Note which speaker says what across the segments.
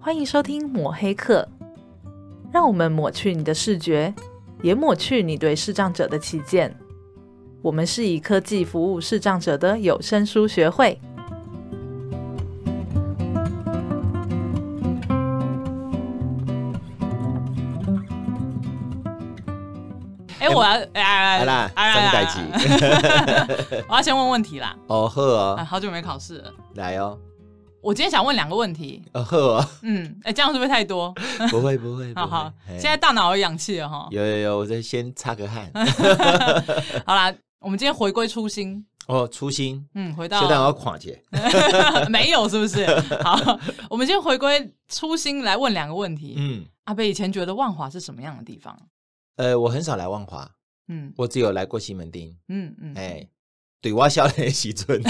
Speaker 1: 欢迎收听抹黑课，让我们抹去你的视觉，也抹去你对视障者的偏见。我们是以科技服务视障者的有声书学会。哎、我要哎
Speaker 2: 好啦，上代机
Speaker 1: 我要先问问题啦。
Speaker 2: 哦呵
Speaker 1: 啊，
Speaker 2: 哦，
Speaker 1: 好久没考试了。
Speaker 2: 来哦，
Speaker 1: 我今天想问两个问题，
Speaker 2: 哦呵哦，
Speaker 1: 嗯，哎、这样是不是太多？
Speaker 2: 不会不会，不
Speaker 1: 好
Speaker 2: 会
Speaker 1: 好，
Speaker 2: 嘿
Speaker 1: 现在大脑有氧气了哈。
Speaker 2: 有有有，我再先擦 个汗。
Speaker 1: 好啦，我们今天回归初心，
Speaker 2: 哦，初心，
Speaker 1: 嗯，回
Speaker 2: 现在我
Speaker 1: 到
Speaker 2: 要垮姐，
Speaker 1: 没有是不是？好，我们先回归初心来问两个问题。
Speaker 2: 嗯，
Speaker 1: 阿贝以前觉得万华是什么样的地方？
Speaker 2: 呃，我很少来万华，
Speaker 1: 嗯
Speaker 2: 我只有来过西门町，
Speaker 1: 嗯嗯，哎、
Speaker 2: 哎，对我笑的 时阵，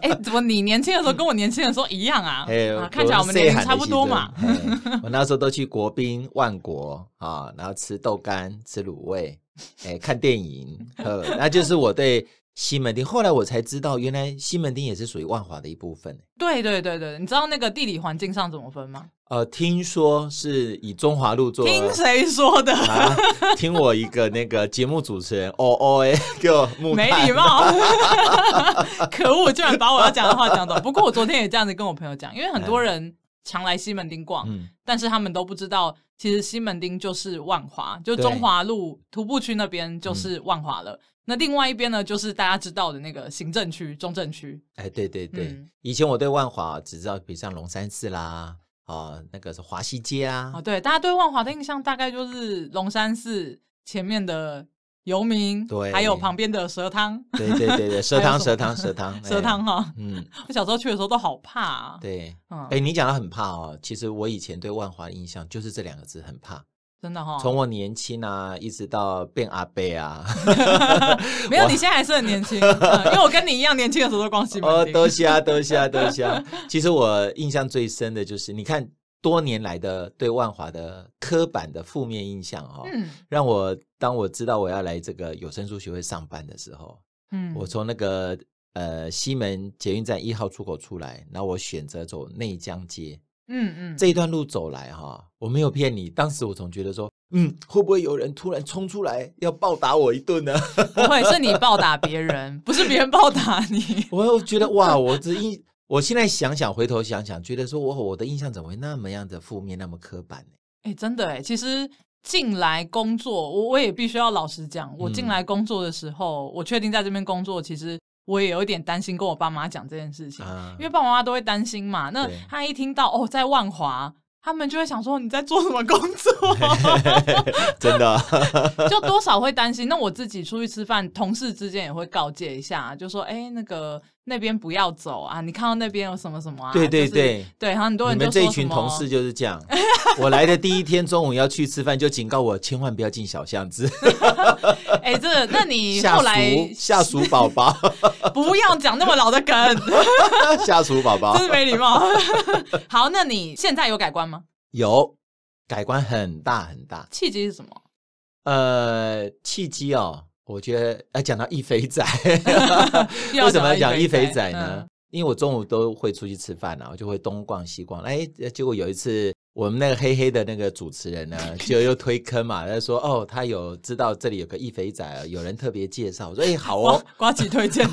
Speaker 1: 哎怎么你年轻的时候跟我年轻的时候一样啊？
Speaker 2: 哎
Speaker 1: 啊看起来我们年龄差不多嘛。
Speaker 2: 我细汉的 时阵嘿我那时候都去国宾、万国啊，然后吃豆干、吃卤味，哎，看电影，呃，那就是我对西门町。后来我才知道，原来西门町也是属于万华的一部分。欸
Speaker 1: 对对对对，你知道那个地理环境上怎么分吗？
Speaker 2: 呃，听说是以中华路做。
Speaker 1: 听谁说的？
Speaker 2: 啊，听我一个那个节目主持人，哦哦哎， 给我木
Speaker 1: 没礼
Speaker 2: 炭。
Speaker 1: 貌， 可恶！居然把我要讲的话讲走。不过我昨天也这样子跟我朋友讲，因为很多人常来西门町逛，
Speaker 2: 嗯，
Speaker 1: 但是他们都不知道，其实西门町就是万华，就中华路徒步区那边就是万华了。那另外一边呢，就是大家知道的那个行政区、中正区。
Speaker 2: 哎，对对对，
Speaker 1: 嗯
Speaker 2: 以前我对万华只知道，比如像龙山寺啦，啊，那个是华西街啊
Speaker 1: 啊，，对，大家对万华的印象大概就是龙山寺前面的游民，
Speaker 2: 对
Speaker 1: 还有旁边的蛇汤，
Speaker 2: 对对对 对，蛇
Speaker 1: 还有
Speaker 2: 汤
Speaker 1: 什么
Speaker 2: 蛇汤蛇 汤
Speaker 1: 蛇汤，哈
Speaker 2: 哎。嗯，
Speaker 1: 我小时候去的时候都好怕、啊。，
Speaker 2: 对，
Speaker 1: 嗯，
Speaker 2: 哎，你讲的很怕哦，其实我以前对万华的印象就是这两个字，很怕。
Speaker 1: 真的哈、
Speaker 2: 从我年轻啊，一直到变阿伯啊，
Speaker 1: 没有，你现在还是很 年轻，嗯因为我跟你一样年轻的时候都逛西
Speaker 2: 哦，
Speaker 1: 门町。
Speaker 2: 多谢啊，多谢啊，多谢啊！其实我印象最深的就是，你看多年来的对万华的刻板的负面印象哦，
Speaker 1: 嗯
Speaker 2: 让我当我知道我要来这个有声书学会上班的时候，
Speaker 1: 嗯，
Speaker 2: 我从那个呃西门捷运站一号出口出来，然后我选择走内江街
Speaker 1: 嗯嗯，
Speaker 2: 这一段路走来哈、我没有骗你，当时我总觉得说，嗯，会不会有人突然冲出来要暴打我一顿呢？
Speaker 1: 不会是你暴打别人，不是别人暴打 你。
Speaker 2: 我又觉得哇，我这印，我现在想想，回头想想，觉得说我我的印象怎么会那么样的负面，那么刻板呢？
Speaker 1: 哎、真的哎，其实进来工作，我我也必须要老实讲，我进
Speaker 2: 嗯
Speaker 1: 来工作的时候，我确定在这边工作，其实我也有一点担心跟我爸妈讲这件事情，
Speaker 2: 啊，
Speaker 1: 因为爸爸妈妈都会担心嘛。那
Speaker 2: 对
Speaker 1: 他一听到哦，在万华。他们就会想说你在做什么工 作，
Speaker 2: 真 的
Speaker 1: 就多少会担心。那我自己出去吃饭，同事之间也会告诫一下，就说：“哎、那个那边不要走啊，你看到那边有什么什么啊？”
Speaker 2: 对对
Speaker 1: 就是
Speaker 2: 对
Speaker 1: 对，然后很多
Speaker 2: 你
Speaker 1: 人就说
Speaker 2: 们这一
Speaker 1: 什
Speaker 2: 群
Speaker 1: 么
Speaker 2: 同事就是这样。 我来的第一天中午要去吃饭，就警告我千万不要进小巷子，
Speaker 1: 哎、这个那 你
Speaker 2: 下
Speaker 1: 后来
Speaker 2: 属下属宝宝，
Speaker 1: 不要讲那么老的梗，
Speaker 2: 下属宝宝
Speaker 1: 真是没礼 貌。好，那你现在有改观吗？
Speaker 2: 有改观很大很大。
Speaker 1: 契机是什 么？
Speaker 2: 呃，契机哦，我觉得要讲到一肥仔，
Speaker 1: 又要
Speaker 2: 为什么
Speaker 1: 讲
Speaker 2: 要
Speaker 1: 到
Speaker 2: 讲
Speaker 1: 一
Speaker 2: 一
Speaker 1: 肥仔
Speaker 2: 肥仔呢？
Speaker 1: 嗯
Speaker 2: 因为我中午都会出去吃饭啊，我就会东逛西逛。哎，结果有一次，我们那个黑黑的那个主持 人呢，就又推坑嘛，他说哦，他有知道这里有个一肥仔，啊有人特别介绍。我说哎，好
Speaker 1: 瓜
Speaker 2: 哦，
Speaker 1: 瓜吉推荐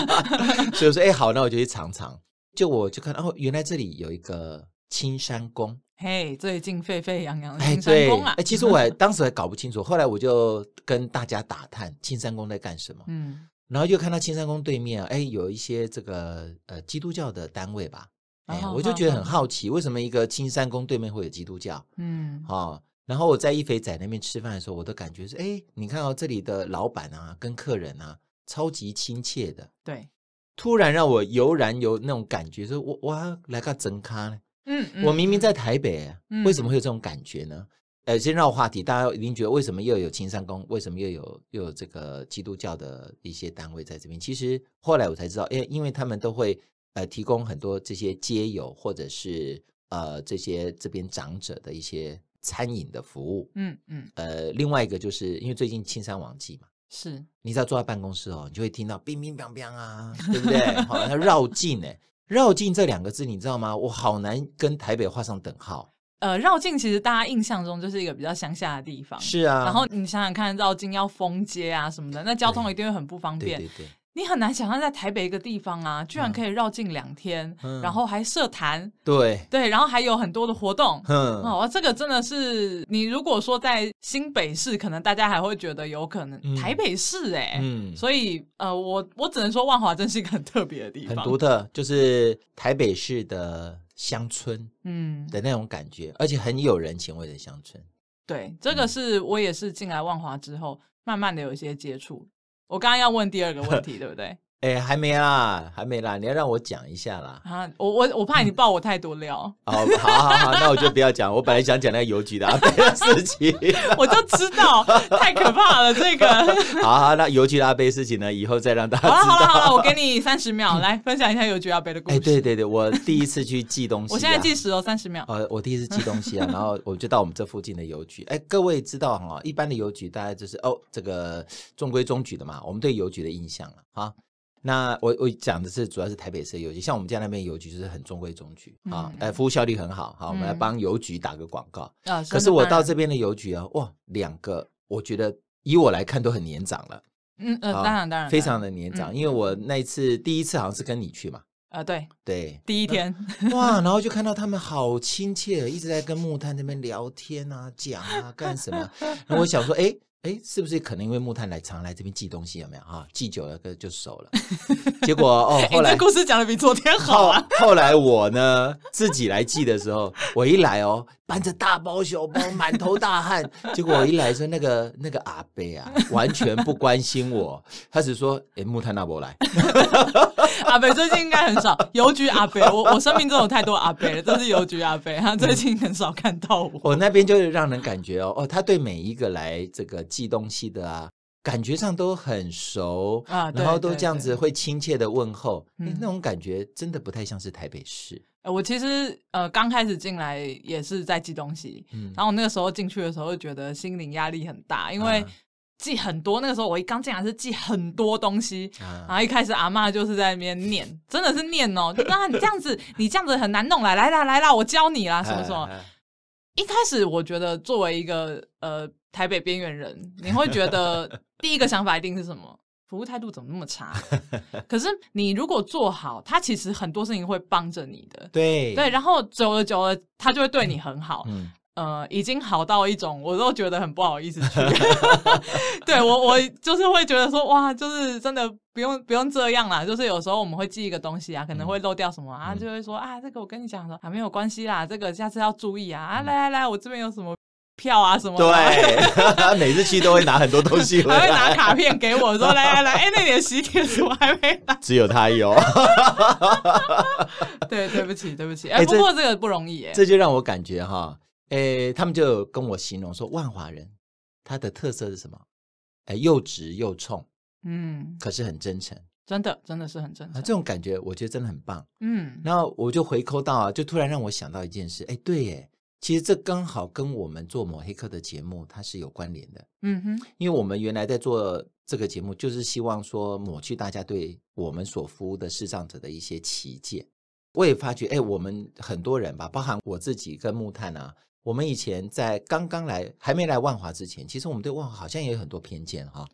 Speaker 2: 所以我说哎，好，那我就去尝尝。就我就看哦，原来这里有一个青山宫，
Speaker 1: 嘿，最近沸沸扬扬的
Speaker 2: 哎，
Speaker 1: 哦青山
Speaker 2: 对
Speaker 1: 宫啊啦，
Speaker 2: 哎，。其实我 还当时还搞不清楚，后来我就跟大家打探青山宫在干什么。
Speaker 1: 嗯，
Speaker 2: 然后就看到青山宫对面啊，哎，有一些这个呃基督教的单位吧，哎，
Speaker 1: 哦
Speaker 2: 我就觉得很好奇，为什么一个青山宫对面会有基督教？
Speaker 1: 嗯，
Speaker 2: 哦，然后我在一肥仔那边吃饭的时候，我都感觉是，哎，你看哦，这里的老板啊，跟客人啊，超级亲切的，
Speaker 1: 对，
Speaker 2: 突然让我油然有那种感觉，说我我来个整咖呢，
Speaker 1: 嗯，嗯
Speaker 2: 我明明在台北
Speaker 1: 嗯，
Speaker 2: 为什么会有这种感觉呢？呃，先绕话题，大家一定觉得为什么又有青山宫，为什么又有又有这个基督教的一些单位在这边？其实后来我才知道，因为因为他们都会呃提供很多这些街友或者是呃这些这边长者的一些餐饮的服务。
Speaker 1: 嗯嗯
Speaker 2: 呃，另外一个就是因为最近青山网季嘛，
Speaker 1: 是，
Speaker 2: 你只要坐在办公室哦，你就会听到乒乒乓乓啊，对不对？好、像绕境哎、绕境这两个字，你知道吗？我好难跟台北画上等号。
Speaker 1: 呃，绕境其实大家印象中就是一个比较乡下的地方，
Speaker 2: 是啊，
Speaker 1: 然后你想想看，绕境要封街啊什么的，那交通
Speaker 2: 对
Speaker 1: 一定会很不方
Speaker 2: 对
Speaker 1: 便。
Speaker 2: 对对，
Speaker 1: 你很难想象在台北一个地方啊，居然可以绕境两天，
Speaker 2: 嗯
Speaker 1: 然后还设坛，
Speaker 2: 对，
Speaker 1: 对，然后还有很多的活动。
Speaker 2: 哼，
Speaker 1: 哦，这个真的是你如果说在新北市，可能大家还会觉得有可能，
Speaker 2: 嗯
Speaker 1: 台北市哎、
Speaker 2: 嗯，
Speaker 1: 所以呃，我我只能说万华真是一个很特别的地
Speaker 2: 很
Speaker 1: 方，
Speaker 2: 独特，就是台北市的乡村
Speaker 1: 嗯，
Speaker 2: 的那种感觉，而且很有人情味的乡村。
Speaker 1: 对，这
Speaker 2: 嗯
Speaker 1: 个是我也是进来万华之后，慢慢的有一些接触。我刚刚要问第二个问题，对不对？
Speaker 2: 哎，还没啦，还没啦，你要让我讲一下啦。
Speaker 1: 啊，我我我
Speaker 2: 嗯
Speaker 1: 怕你爆我太多料，
Speaker 2: 哦，好好好，那我就不要讲。我本来想讲那个邮局的阿贝的事情。
Speaker 1: 我就知道太可怕了，这个。
Speaker 2: 好好，那邮局的阿贝事情呢，以后再让大家
Speaker 1: 好
Speaker 2: 知
Speaker 1: 了好
Speaker 2: 道。
Speaker 1: 了好了，我给你三十秒来分享一下邮局阿北的故
Speaker 2: 哎、
Speaker 1: 事。
Speaker 2: 对，对对，我第一次去寄东 西、啊，
Speaker 1: 我现在计时哦，三十秒。
Speaker 2: 呃，我第一次寄东 西啊，然后我就到我们这附近的邮局。哎，各位知道哈、一般的邮局大概就是哦，这个中规中矩的嘛，我们对邮局的印象了啊。那我我讲的是主要是台北市的邮局，像我们家那边邮局就是很中规中矩啊
Speaker 1: 嗯，
Speaker 2: 哎、服务效率很好。好，我们来
Speaker 1: 嗯
Speaker 2: 帮邮局打个广告。
Speaker 1: 啊，
Speaker 2: 可是我到这边的邮局啊，哇，两个我觉得以我来看都很年长了，
Speaker 1: 嗯呃，
Speaker 2: 啊
Speaker 1: 当然当然，
Speaker 2: 非常的年长。
Speaker 1: 嗯
Speaker 2: 因为我那一次第一次好像是跟你去嘛，
Speaker 1: 呃对，
Speaker 2: 对，
Speaker 1: 第一天
Speaker 2: 哇，然后就看到他们好亲切，一直在跟木炭那边聊天啊、讲啊、干 什么。然后我想说，哎、哎、是不是可能因为木炭来常来这边寄东西有没有啊？寄久了个就熟 了。结果哦，
Speaker 1: 哎
Speaker 2: 后
Speaker 1: 你
Speaker 2: 来
Speaker 1: 这故事讲的比昨天好啊。
Speaker 2: 后后来我呢自己来寄的时候，我一来哦，搬着大包小包，满头大汗。 结果我一来说，那个那个阿伯啊，完全不关心我，他只说，哎、木炭那伯来。
Speaker 1: 阿北最近应该 很少，邮局阿北，我我生命中有太多阿北了，这是邮局阿北，他最近很少看到我。
Speaker 2: 我那边就是让人感觉哦，哦，他对每一个来这个寄东西的啊，感觉上都很熟
Speaker 1: 啊对
Speaker 2: 然后都
Speaker 1: 对
Speaker 2: 这样子
Speaker 1: 对
Speaker 2: 会亲切的问候，诶
Speaker 1: 嗯
Speaker 2: 那种感觉真的不太像是台北市。
Speaker 1: 呃我其实呃刚开始进来也是在寄东西，
Speaker 2: 嗯，
Speaker 1: 然后我那个时候进去的时候就觉得心灵压力很大，因为
Speaker 2: 啊
Speaker 1: 寄很多。那个时候我一刚进来是寄很多东西，然
Speaker 2: 啊，
Speaker 1: 后一开始阿嬷就是在那边念，真的是念哦，就让你这样子，你这样子很难弄来，来啦来啦，我教你啊啦，什么什么
Speaker 2: 哎。？哎
Speaker 1: 一开始我觉得作为一个呃台北边缘人，你会觉 得第一个想法一定是什么？服务态度怎么那么差？可是你如果做好，他其实很多事情会帮着你的。
Speaker 2: 对
Speaker 1: 对，，然后久了久了，他就会对你很好。
Speaker 2: 嗯，
Speaker 1: 呃，已经好到一种我都觉得很不好意思去。对我，我就是会觉得说，哇，就是真的不用不用这样啦。就是有时候我们会寄一个东西啊，可能会漏掉什么啊，
Speaker 2: 嗯
Speaker 1: 就会说啊，这个我跟你讲说啊，没有关系啦，这个下次要注意啊。啊，来来来，我这边有什么票啊什么的啊。
Speaker 2: 对， 每次去都会拿很多东西回
Speaker 1: 还会拿
Speaker 2: 来，
Speaker 1: 卡片给我说，来来来，哎、那你的喜帖子我还没拿。
Speaker 2: 只有他有。
Speaker 1: 对，对不起，对不起。哎、
Speaker 2: 哎
Speaker 1: 不
Speaker 2: 这
Speaker 1: 过这个不容易哎、
Speaker 2: 这就让我感觉哈，诶，他们就有跟我形容说，万华人他的特色是什么？诶，又直又冲，
Speaker 1: 嗯，
Speaker 2: 可是很真诚
Speaker 1: 真的真的是很正
Speaker 2: 啊，
Speaker 1: 常
Speaker 2: 这。种感觉我觉得真的很棒。
Speaker 1: 嗯，
Speaker 2: 然后我就回扣到啊，就突然让我想到一件事，哎，对耶，其实这刚好跟我们做抹黑客的节目它是有关联的，
Speaker 1: 嗯哼，
Speaker 2: 因为我们原来在做这个节目，就是希望说抹去大家对我们所服务的视障者的一些歧见。我也发觉，哎，我们很多人吧，包含我自己跟木炭啊，我们以前在刚刚来还没来万华之前，其实我们对万华好像也有很多偏见哈、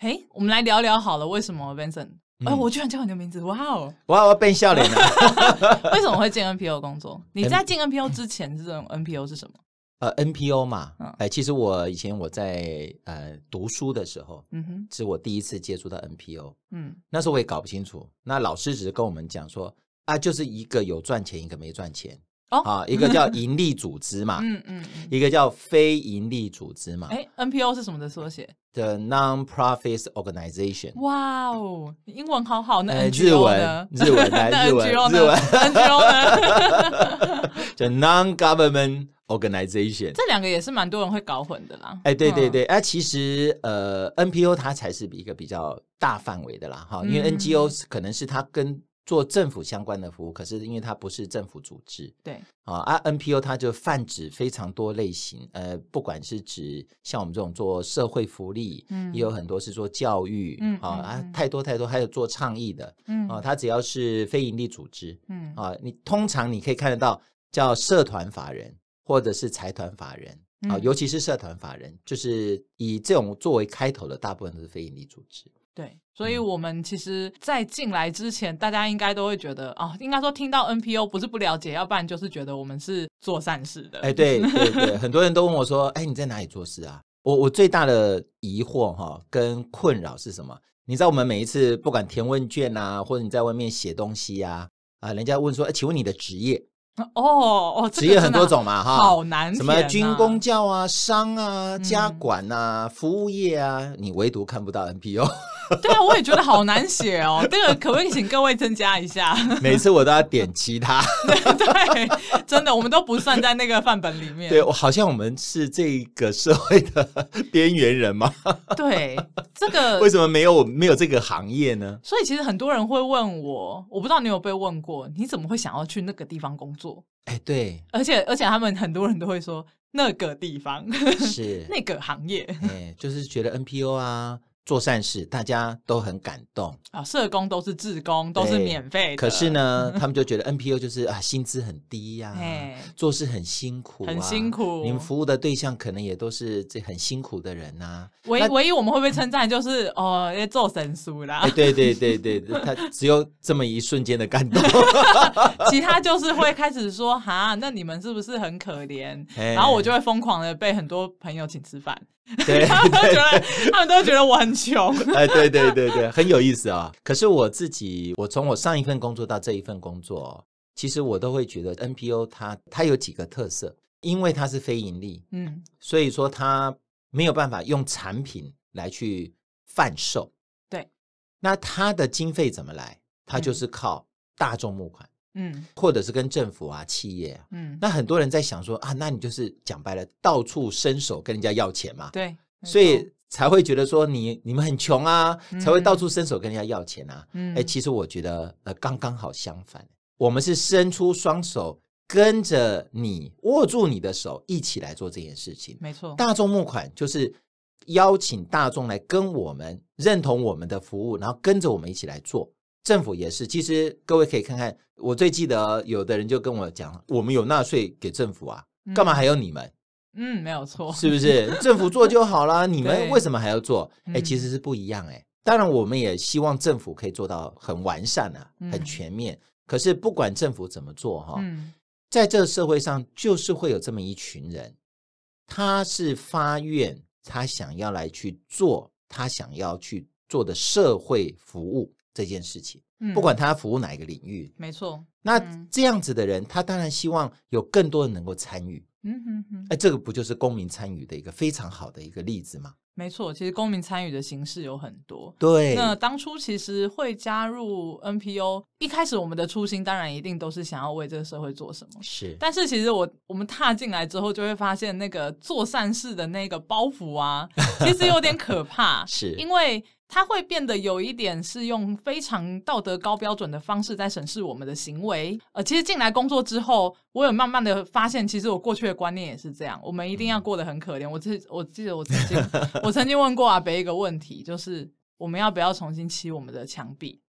Speaker 1: 哎，我们来聊聊好了，为什么 Vincent？哎、
Speaker 2: 嗯
Speaker 1: 我居然叫你的名字，哇哦！
Speaker 2: 我我要变笑脸了、
Speaker 1: 为什么会进 NPO 工作？
Speaker 2: 嗯
Speaker 1: 你在进 NPO 之前，这种 NPO 是什么？
Speaker 2: 呃，NPO 嘛，
Speaker 1: 嗯
Speaker 2: 哎、其实我以前我在呃读书的时候，
Speaker 1: 嗯哼，
Speaker 2: 是我第一次接触到 NPO，
Speaker 1: 嗯
Speaker 2: 那时候我也搞不清楚。那老师只是跟我们讲说，啊，就是一个有赚钱，一个没赚钱，
Speaker 1: 哦
Speaker 2: 啊，一 个叫盈利组织嘛，
Speaker 1: 嗯嗯嗯。
Speaker 2: 一个叫非盈利组织嘛
Speaker 1: 哎、n p o 是什么的缩写？
Speaker 2: ，the non-profit organization。
Speaker 1: 哇哦，你英文好好，那
Speaker 2: 呃
Speaker 1: NGO 呢？
Speaker 2: 日文来
Speaker 1: 那
Speaker 2: 日文
Speaker 1: NGO
Speaker 2: 日
Speaker 1: 呢
Speaker 2: 文
Speaker 1: ？NGO 呢？
Speaker 2: 叫 non-government organization。
Speaker 1: 这两个也是蛮多人会搞混的啦。嗯
Speaker 2: 哎，对对对，哎、其实呃，NPO 它才是一个比较大范围的啦，哈，因为
Speaker 1: 嗯
Speaker 2: NGO 是可能是它跟做政府相关的服务，可是因为它不是政府组织
Speaker 1: 对，
Speaker 2: 啊，啊 NPO 它就泛指非常多类型，呃，不管是指像我们这种做社会福利，
Speaker 1: 嗯
Speaker 2: 也有很多是做教育，
Speaker 1: 嗯
Speaker 2: 啊
Speaker 1: 嗯
Speaker 2: 啊
Speaker 1: 嗯，
Speaker 2: 太多太多，还有做倡议的
Speaker 1: 嗯
Speaker 2: 啊，它只要是非营利组织
Speaker 1: 嗯
Speaker 2: 啊，你通常你可以看得到叫社团法人或者是财团法人啊，
Speaker 1: 嗯
Speaker 2: 尤其是社团法人，就是以这种作为开头的，大部分都是非营利组织。
Speaker 1: 对，所
Speaker 2: 嗯
Speaker 1: 以我们其实，在进来之前，大家应该都会觉得哦，应该说听到 NPO 不是不了解，要不然就是觉得我们是做善事的。
Speaker 2: 哎，对 对对，很多人都问我说：“哎，你在哪里做事啊？”我我最大的疑惑哈、跟困扰是什么？你知道我们每一次不管填问卷啊，或者你在外面写东西呀、啊，人家问说：“哎，请问你的职业？
Speaker 1: 哦哦，这
Speaker 2: 职
Speaker 1: 个
Speaker 2: 业
Speaker 1: 真
Speaker 2: 很
Speaker 1: 的
Speaker 2: 多种嘛哈，
Speaker 1: 好难、
Speaker 2: 什么军工、，教啊、商啊、家
Speaker 1: 嗯
Speaker 2: 管啊、服务业啊，你唯独看不 到 NPO。
Speaker 1: 对啊，我也觉得好难写 哦。这个可不可以请各位增加一下？
Speaker 2: 每次我都要点其他，
Speaker 1: 对，真的，我们都不算在那个范本里面。
Speaker 2: 对我好像我们是这个社会的边缘人嘛？
Speaker 1: 对，这个
Speaker 2: 为什么没有没有这个行业呢？
Speaker 1: 所以其实很多人会问我，我不知道你有被问过，你怎么会想要去那个地方工作？
Speaker 2: 哎，对，
Speaker 1: 而且而且他们很多人都会说那个地方、
Speaker 2: 是
Speaker 1: 那个行业
Speaker 2: 哎，就是觉得 NPO 啊，做善事，大家都很感动。
Speaker 1: 啊，社工都是志工，都是
Speaker 2: 对
Speaker 1: 免费的。嗯
Speaker 2: 可是，呢，他们就觉得 NPO 就是啊，薪资很低呀、
Speaker 1: 哎，
Speaker 2: 做事很辛苦、啊，
Speaker 1: 很辛苦
Speaker 2: 你们服务的对象可能也都是这很辛苦的人啊呐、
Speaker 1: 唯
Speaker 2: 那
Speaker 1: 唯一我们会被称赞就是哦，要做神书啦
Speaker 2: 哎，，对对对对，他只有这么一瞬间的感 动。
Speaker 1: 其他就是会开始说哈，那你们是不是很可怜？
Speaker 2: 哎
Speaker 1: 然后我就会疯狂的被很多朋友请吃饭，
Speaker 2: 对，
Speaker 1: 他们都觉得他们都觉得我很穷。
Speaker 2: 哎，对对对对，很有意思啊。可是我自己，我从我上一份工作到这一份工作，其实我都会觉得 NPO 它它有几个特色，因为它是非盈利，
Speaker 1: 嗯，
Speaker 2: 所以说它没有办法用产品来去贩售。
Speaker 1: 对，
Speaker 2: 那它的经费怎么来？它就是靠大众募款，
Speaker 1: 嗯
Speaker 2: 或者是跟政府啊、企业啊。
Speaker 1: 嗯，
Speaker 2: 那很多人在想说啊，那你就是讲白了，到处伸手跟人家要钱嘛，
Speaker 1: 对，没
Speaker 2: 所
Speaker 1: 错
Speaker 2: 以才会觉得说你你们很穷啊，
Speaker 1: 嗯
Speaker 2: 才会到处伸手跟人家要钱啊。
Speaker 1: 嗯
Speaker 2: 哎、其实我觉得呃，刚刚好相反，我们是伸出双手，跟着你握住你的手，一起来做这件事情。
Speaker 1: 没错，
Speaker 2: 大众募款就是邀请大众来跟我们认同我们的服务，然后跟着我们一起来做。政府也是，其实各位可以看看，我最记得有的人就跟我讲，我们有纳税给政府啊，干嘛还要你们？
Speaker 1: 嗯，没有错，
Speaker 2: 是不是？政府做就 好啦，你
Speaker 1: 对
Speaker 2: 们为什么还要做？哎、
Speaker 1: 嗯
Speaker 2: 其实是不一样哎、当然，我们也希望政府可以做到很完善啊，
Speaker 1: 嗯
Speaker 2: 很全面。可是不管政府怎么做哈、
Speaker 1: 嗯
Speaker 2: 在这个社会上，就是会有这么一群人，他是发愿，他想要来去做他想要去做的社会服务这件事情，
Speaker 1: 嗯
Speaker 2: 不管他服务哪一个领域。
Speaker 1: 没错，
Speaker 2: 那
Speaker 1: 嗯
Speaker 2: 这样子的人，他当然希望有更多人能够参与。
Speaker 1: 嗯哼哼，
Speaker 2: 哎，这个不就是公民参与的一个非常好的一个例子吗？
Speaker 1: 没错。其实公民参与的形式有很多。
Speaker 2: 对
Speaker 1: 那当初其实会加入 NPO，一开始我们的初心当然一定都是想要为这个社会做什么。
Speaker 2: 是，
Speaker 1: 但是其实我我们踏进来之后，就会发现那个做善事的那个包袱 啊，其实有点可怕，
Speaker 2: 是
Speaker 1: 因为它会变得有一点是用非常道德高标准的方式在审视我们的行为。呃，其实进来工作之后，我有慢慢的发现，其实我过去的观念也是这样，我们一定要过得很可怜。我记我记得我曾 经我曾经问过阿北一个问题，就是我们要不要重新漆我们的墙 壁？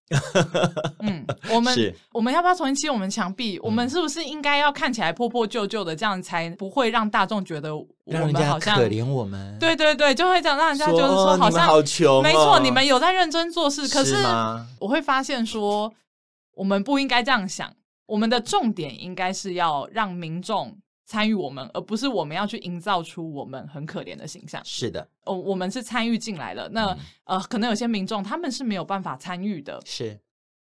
Speaker 1: 嗯，我们
Speaker 2: 是
Speaker 1: 我们要不要重新漆我们墙
Speaker 2: 嗯
Speaker 1: 壁？我们是不是应该要看起来破破旧旧的，这样才不会让大众觉得我
Speaker 2: 让人
Speaker 1: 们
Speaker 2: 家
Speaker 1: 好像
Speaker 2: 可怜我们，，
Speaker 1: 对对对，就会这样让人家
Speaker 2: 说
Speaker 1: 就是
Speaker 2: 哦
Speaker 1: 说
Speaker 2: 你
Speaker 1: 好
Speaker 2: 们
Speaker 1: 像
Speaker 2: 好穷哦
Speaker 1: 没错，你们有在认真做事，可是
Speaker 2: 是吗
Speaker 1: 我会发现说，我们不应该这样想，我们的重点应该是要让民众。参与我们，而不是我们要去营造出我们很可怜的形象。
Speaker 2: 是的，
Speaker 1: 哦，我们是参与进来了。那、
Speaker 2: 嗯
Speaker 1: 呃，可能有些民众他们是没有办法参与的，
Speaker 2: 是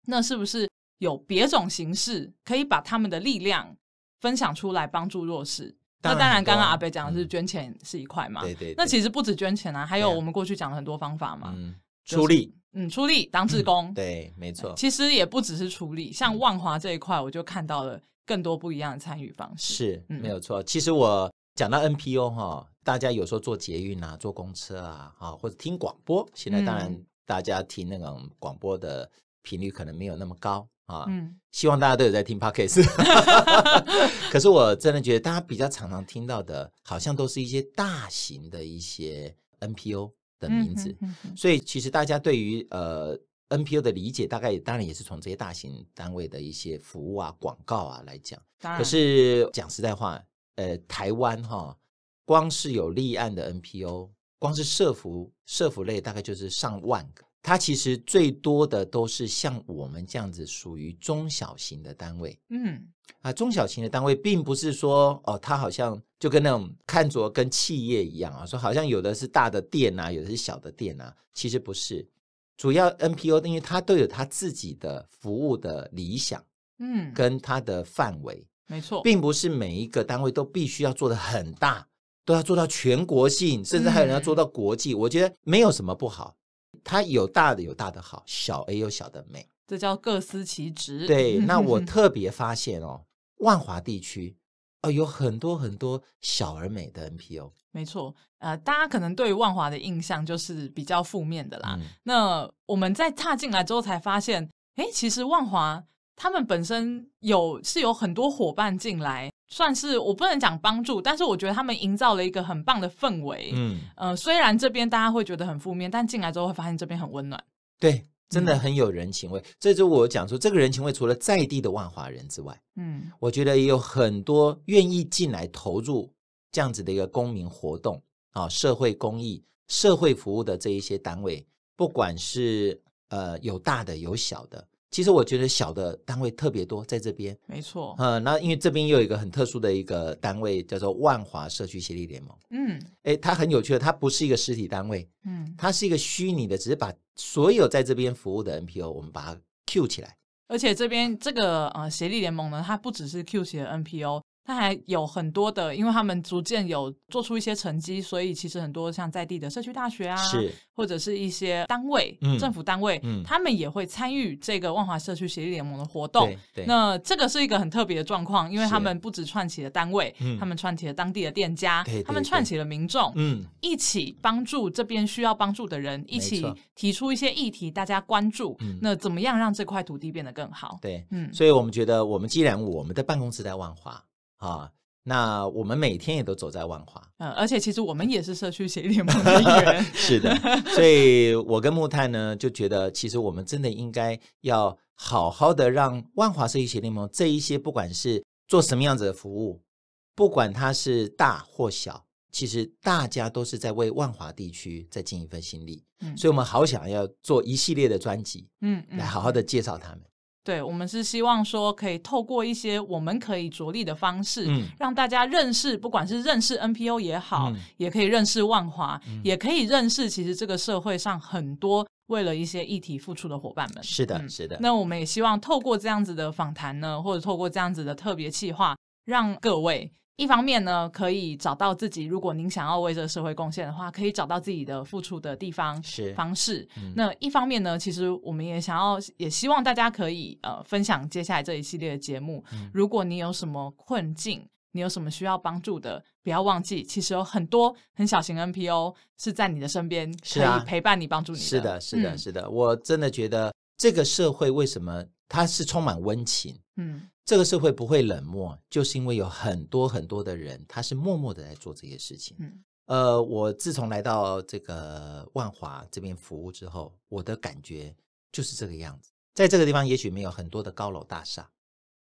Speaker 1: 那是不是有别种形式可以把他们的力量分享出来，帮助弱势？那
Speaker 2: 当然
Speaker 1: 当然，
Speaker 2: 很多啊
Speaker 1: 刚刚阿北讲的是
Speaker 2: 嗯
Speaker 1: 捐钱是一块嘛，
Speaker 2: 对对
Speaker 1: 啊那
Speaker 2: 对
Speaker 1: 其实不止捐钱啊，还有
Speaker 2: 对啊
Speaker 1: 我们过去讲了很多方法嘛，
Speaker 2: 嗯，
Speaker 1: 就是
Speaker 2: 出力，
Speaker 1: 嗯，出力当志工，
Speaker 2: 对，没错，
Speaker 1: 呃其实也不只是出力，像
Speaker 2: 嗯
Speaker 1: 万华这一块，我就看到了更多不一样的参与方式。
Speaker 2: 是
Speaker 1: 嗯
Speaker 2: 没有错。其实我讲到 NPO 哈，大家有时候坐捷运啊，坐公车啊，啊，或者听广播，现在当然
Speaker 1: 嗯
Speaker 2: 大家听那种广播的频率可能没有那么高啊。
Speaker 1: 嗯，
Speaker 2: 希望大家都有在 听 podcast，可是我真的觉得大家比较常常听到的，好像都是一些大型的一些 NPO 的名字，
Speaker 1: 嗯哼，
Speaker 2: 所以其实大家对于呃 NPO 的理解，大概当然也是从这些大型单位的一些服务啊、广告啊来讲。
Speaker 1: 嗯当然，
Speaker 2: 可是讲实在话，呃，台湾哈，光是有立案的 NPO，光是社服社服类大概就是上万个。它其实最多的都是像我们这样子属于中小型的单位
Speaker 1: 嗯，
Speaker 2: 啊，中小型的单位并不是说哦，它好像就跟那种看着跟企业一样啊，说好像有的是大的店啊，有的是小的店啊，其实不是。主要 NPO 因为它都有它自己的服务的理想
Speaker 1: 嗯，
Speaker 2: 跟它的范围，
Speaker 1: 没错，
Speaker 2: 并不是每一个单位都必须要做的很大，都要做到全国性，甚至还有人要做到国际。我觉得没有什么不好，它有大的有大的好，小也有小的美。
Speaker 1: 这叫各司其职。
Speaker 2: 对，那我
Speaker 1: 嗯
Speaker 2: 特别发现哦，万华地区哦有很多很多小而美的 NPO
Speaker 1: 没错，呃，大家可能对于万华的印象就是比较负面的啦。
Speaker 2: 嗯
Speaker 1: 那我们在踏进来之后才发现，诶，其实万华他们本身有是有很多伙伴进来，算是我不能讲帮助，但是我觉得他们营造了一个很棒的氛围。
Speaker 2: 嗯，
Speaker 1: 呃，虽然这边大家会觉得很负面，但进来之后会发现这边很温暖。
Speaker 2: 对，真的很有人情味。这就是我讲说，这个人情味除了在地的万华人之外，
Speaker 1: 嗯，
Speaker 2: 我觉得也有很多愿意进来投入这样子的一个公民活动啊，社会公益、社会服务的这一些单位，不管是呃有大的有小的，其实我觉得小的单位特别多在这边。
Speaker 1: 没错，
Speaker 2: 呃，那因为这边又有一个很特殊的一个单位，叫做万华社区协力联盟。
Speaker 1: 嗯
Speaker 2: 诶，它很有趣的，它不是一个实体单位，
Speaker 1: 嗯，
Speaker 2: 它是一个虚拟的，只是把所有在这边服务的 NPO，我们把它 Q 起来。
Speaker 1: 而且这边这个呃协力联盟呢，它不只是 Q 协 NPO，它还有很多的，因为他们逐渐有做出一些成绩，所以其实很多像在地的社区大学啊，
Speaker 2: 是，
Speaker 1: 或者是一些单位、
Speaker 2: 嗯
Speaker 1: 政府单位，
Speaker 2: 嗯
Speaker 1: 他们也会参与这个万华社区协力联盟的活动
Speaker 2: 对。对，
Speaker 1: 哦那这个是一个很特别的状况，因为
Speaker 2: 是
Speaker 1: 他们不止串起了单位，
Speaker 2: 嗯
Speaker 1: 他们串起了当地的店家，
Speaker 2: 对对
Speaker 1: 他们
Speaker 2: 对
Speaker 1: 串起了民众，
Speaker 2: 嗯，
Speaker 1: 一起帮助这边需要帮助的人，一起
Speaker 2: 错
Speaker 1: 提出一些议题，大家关注。
Speaker 2: 嗯
Speaker 1: 那怎么样让这块土地变得更好？
Speaker 2: 对，
Speaker 1: 嗯，
Speaker 2: 所以我们觉得，我们既然我们的办公室在万华啊，那我们每天也都走在 万华。。
Speaker 1: 呃，而且其实我们也是社区协力联盟的一员
Speaker 2: 是的，所以我跟木炭呢就觉得，其实我们真的应该要好好的让万华社区协联盟这一些，不管是做什么样子的服务，不管它是大或小，其实大家都是在为万华地区在尽一份心力。
Speaker 1: 嗯
Speaker 2: 所以我们好想要做一系列的专辑
Speaker 1: 嗯，嗯
Speaker 2: 来好好的介绍他们。
Speaker 1: 对，我们是希望说可以透过一些我们可以着力的方式，
Speaker 2: 嗯
Speaker 1: 让大家认识，不管是认识 NPO 也好，
Speaker 2: 嗯
Speaker 1: 也可以认识万华，也可以认识其实这个社会上很多为了一些议题付出的伙伴们。
Speaker 2: 是的，
Speaker 1: 嗯
Speaker 2: 是的。
Speaker 1: 那我们也希望透过这样子的访谈呢，或者透过这样子的特别企划，让各位一方面呢可以找到自己，如果您想要为这个社会贡献的话，可以找到自己的付出的地方
Speaker 2: 是
Speaker 1: 方式。
Speaker 2: 嗯
Speaker 1: 那一方面呢，其实我们也想要，也希望大家可以呃分享接下来这一系列的节目。
Speaker 2: 嗯
Speaker 1: 如果你有什么困境，你有什么需要帮助的，不要忘记，其实有很多很小型 NPO 是在你的身边，
Speaker 2: 是啊
Speaker 1: 可以陪伴你、帮助你
Speaker 2: 是的，
Speaker 1: 的，
Speaker 2: 是的，
Speaker 1: 嗯
Speaker 2: 是的，我真的觉得这个社会为什么它是充满温情？
Speaker 1: 嗯，
Speaker 2: 这个社会不会冷漠，就是因为有很多很多的人，他是默默的在做这些事情。
Speaker 1: 嗯
Speaker 2: 呃，我自从来到这个万华这边服务之后，我的感觉就是这个样子。在这个地方，也许没有很多的高楼大厦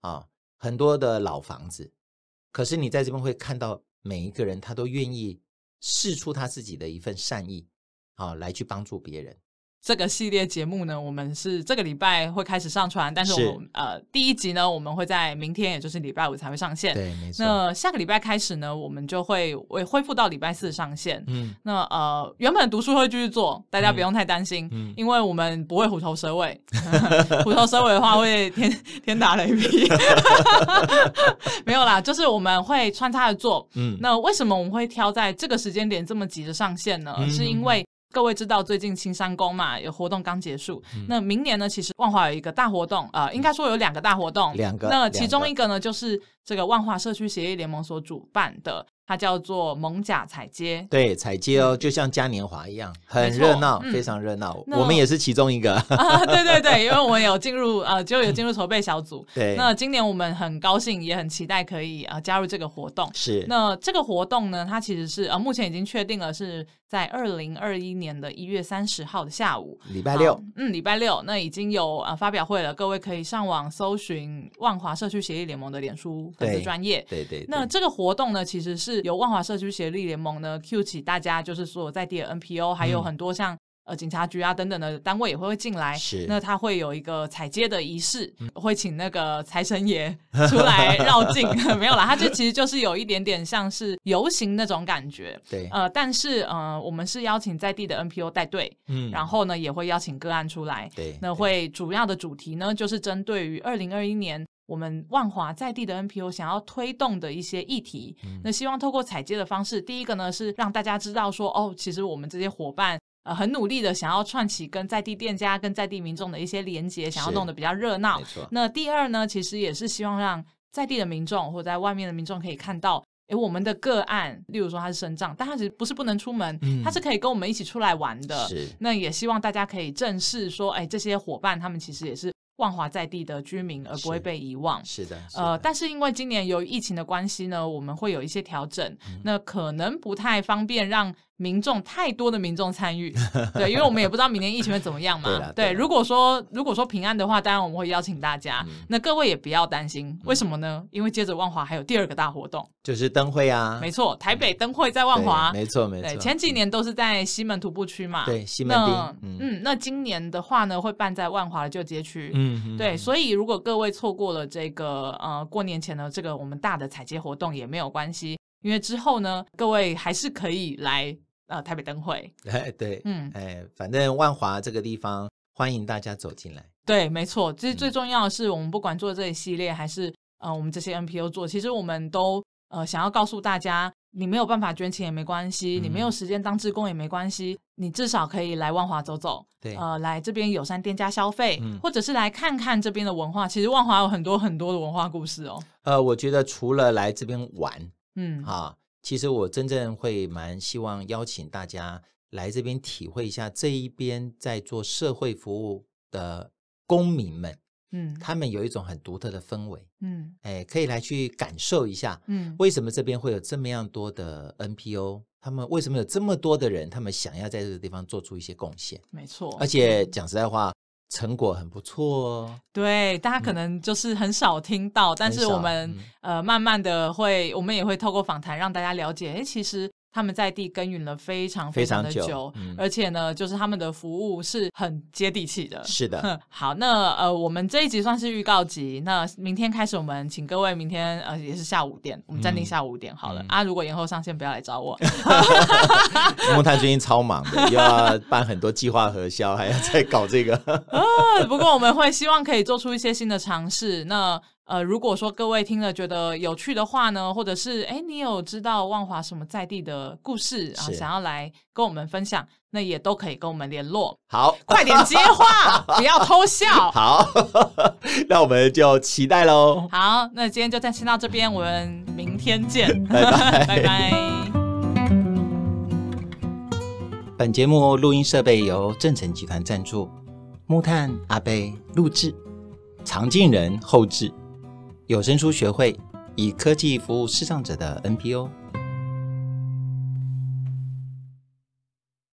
Speaker 2: 啊，很多的老房子，可是你在这边会看到每一个人，他都愿意试出他自己的一份善意啊，来去帮助别人。
Speaker 1: 这个系列节目呢，我们是这个礼拜会开始上传，但是
Speaker 2: 是
Speaker 1: 我们呃第一集呢，我们会在明天，也就是礼拜五才会上线。
Speaker 2: 对，没错。
Speaker 1: 那下个礼拜开始呢，我们就会会恢复到礼拜四上线。
Speaker 2: 嗯，
Speaker 1: 那呃，原本读书会继续做，大家不用太担心，
Speaker 2: 嗯
Speaker 1: 因为我们不会虎头蛇尾。 虎头蛇尾的话会天天打雷劈。 没有啦，就是我们会穿插着做，
Speaker 2: 嗯，
Speaker 1: 那为什么我们会挑在这个时间点这么急着上线呢？
Speaker 2: 嗯
Speaker 1: 是因为各位知道最近青山宫嘛有活动刚结束，
Speaker 2: 嗯
Speaker 1: 那明年呢，其实万华有一个大活动，呃，应该说有两个大活动，
Speaker 2: 两个
Speaker 1: 那其中
Speaker 2: 两个
Speaker 1: 一个呢，就是这个万华社区协议联盟所主办的它叫做蒙甲踩街。
Speaker 2: 对，彩街哦，就像嘉年华一样，很
Speaker 1: 嗯没错
Speaker 2: 热闹，
Speaker 1: 嗯
Speaker 2: 非常热闹。
Speaker 1: 那
Speaker 2: 我们也是其中一个。
Speaker 1: 啊， 对对对，因为我们有进入呃，就有进入筹备小组。
Speaker 2: 对，
Speaker 1: 那今年我们很高兴，也很期待可以呃加入这个活动。
Speaker 2: 是
Speaker 1: 那这个活动呢，它其实是呃目前已经确定了是在二零二一年的一月三十号的下午。
Speaker 2: 礼拜六
Speaker 1: 好，，嗯，礼拜六，那已经有呃发表会了，各位可以上网搜寻万华社区协议联盟的脸书粉丝
Speaker 2: 对
Speaker 1: 专业。
Speaker 2: 对对。
Speaker 1: 那
Speaker 2: 对
Speaker 1: 这个活动呢，其实是由万华社区协力联盟呢 Q 起大家，就是所有在地的 NPO，还有
Speaker 2: 嗯
Speaker 1: 很多像、呃警察局啊等等的单位也会进来。
Speaker 2: 是嗯
Speaker 1: 那他会有一个踩街的仪式，会请那个财神 爷出来绕境， 没有啦，他这其实就是有一点点像是游行那种感觉。
Speaker 2: 对，
Speaker 1: 呃，但是呃，我们是邀请在地的 NPO 带队，
Speaker 2: 嗯
Speaker 1: 然后呢也会邀请个案出来。
Speaker 2: 对，
Speaker 1: 那
Speaker 2: 对
Speaker 1: 会主要的主题呢，就是针对于二零二一年我们万华在地的 NPO 想要推动的一些议题。
Speaker 2: 嗯
Speaker 1: 那希望透过采接的方式，第一个呢是让大家知道说，哦，其实我们这些伙伴。呃，很努力的想要串起跟在地店家、跟在地民众的一些连接，想要
Speaker 2: 是
Speaker 1: 弄得比较热闹
Speaker 2: 没。错，
Speaker 1: 那第二呢，其实也是希望让在地的民众或者在外面的民众可以看到，诶，我们的个案，例如说他是身障，但他其实不是不能出门，
Speaker 2: 嗯
Speaker 1: 他是可以跟我们一起出来玩的。
Speaker 2: 是
Speaker 1: 那也希望大家可以正视说，哎，这些伙伴他们其实也是万华在地的居民，而不会
Speaker 2: 是
Speaker 1: 被遗忘。
Speaker 2: 是的，是
Speaker 1: 呃，
Speaker 2: 的
Speaker 1: 但是因为今年由于疫情的关系呢，我们会有一些调整，
Speaker 2: 嗯
Speaker 1: 那可能不太方便让民众太多的民众参 与，对，因为我们也不知道明年疫情会怎么样嘛。
Speaker 2: 对啦对啦
Speaker 1: 如果说如果说平安的话，当然我们会邀请大家，
Speaker 2: 嗯
Speaker 1: 那各位也不要担心，为什么呢？因为接着万华还有第二个大活动，
Speaker 2: 就是灯会啊，
Speaker 1: 没错，台北灯会在
Speaker 2: 对
Speaker 1: 万华，
Speaker 2: 没错没
Speaker 1: 对，
Speaker 2: 错。嗯
Speaker 1: 前几年都是在西门徒步区嘛，
Speaker 2: 对西门
Speaker 1: 那
Speaker 2: 町，嗯
Speaker 1: 嗯，那今年的话呢，会办在万华的旧街区，
Speaker 2: 嗯，嗯
Speaker 1: 对，所以如果各位错过了这个呃过年前的这个我们大的采街活动也没有关系，因为之后呢，各位还是可以来呃台北灯会。
Speaker 2: 哎对，
Speaker 1: 嗯，
Speaker 2: 哎，反正万华这个地方欢迎大家走进来，
Speaker 1: 对，没错，其实
Speaker 2: 嗯
Speaker 1: 最重要的是，我们不管做这一系列，还是呃我们这些 NPO 做，其实我们都呃想要告诉大家，你没有办法捐钱也没关系，你没有
Speaker 2: 嗯
Speaker 1: 时间当志工也没关系，你至少可以来万华走走，
Speaker 2: 对，
Speaker 1: 呃，来这边友善店家消费，
Speaker 2: 嗯
Speaker 1: 或者是来看看这边的文化。其实万华有很多很多的文化故事哦。
Speaker 2: 呃，我觉得除了来这边玩
Speaker 1: 嗯，
Speaker 2: 啊，其实我真正会蛮希望邀请大家来这边体会一下这一边在做社会服务的公民们，
Speaker 1: 嗯，
Speaker 2: 他们有一种很独特的氛围，
Speaker 1: 嗯
Speaker 2: 哎，可以来去感受一下。
Speaker 1: 嗯
Speaker 2: 为什么这边会有这么样多的 NPO？他们为什么有这么多的人？他们想要在这个地方做出一些贡献，
Speaker 1: 没错，
Speaker 2: 而且讲实在话，成果很不错哦。
Speaker 1: 对大家可能就是很少听到，但是
Speaker 2: 很少嗯
Speaker 1: 我们、呃慢慢的会，我们也会透过访谈让大家了解，诶，其实他们在地耕耘了非常
Speaker 2: 非
Speaker 1: 常
Speaker 2: 常
Speaker 1: 的
Speaker 2: 久嗯
Speaker 1: 而且呢，就是他们的服务是很接地气的。
Speaker 2: 是的，
Speaker 1: 哼 好，那呃，我们这一集算是预告集。那明天开始，我们请各位明天呃也是下午五点，我们暂定
Speaker 2: 嗯
Speaker 1: 下午五点好了、
Speaker 2: 嗯
Speaker 1: 啊。如果延后上线，不要来找我。
Speaker 2: 木炭最近超忙的，又要办很多计划核销，还要再搞这个。
Speaker 1: 呃不过我们会希望可以做出一些新的尝试。那呃，如果说各位听了觉得有趣的话呢，或者是哎，诶你有知道万华什么在地的故事啊，
Speaker 2: 是
Speaker 1: 想要来跟我们分享，那也都可以跟我们联络。
Speaker 2: 好，
Speaker 1: 快点接话，不要偷笑。
Speaker 2: 好， 那我们就期待喽。
Speaker 1: 好，那今天就先到这边，我们明天见，
Speaker 2: 拜 拜
Speaker 1: 拜拜。
Speaker 2: 本节目录音设备由正成集团赞助，木炭阿贝录制，常进人后制，有声书学会以科技服务视障者的 NPO。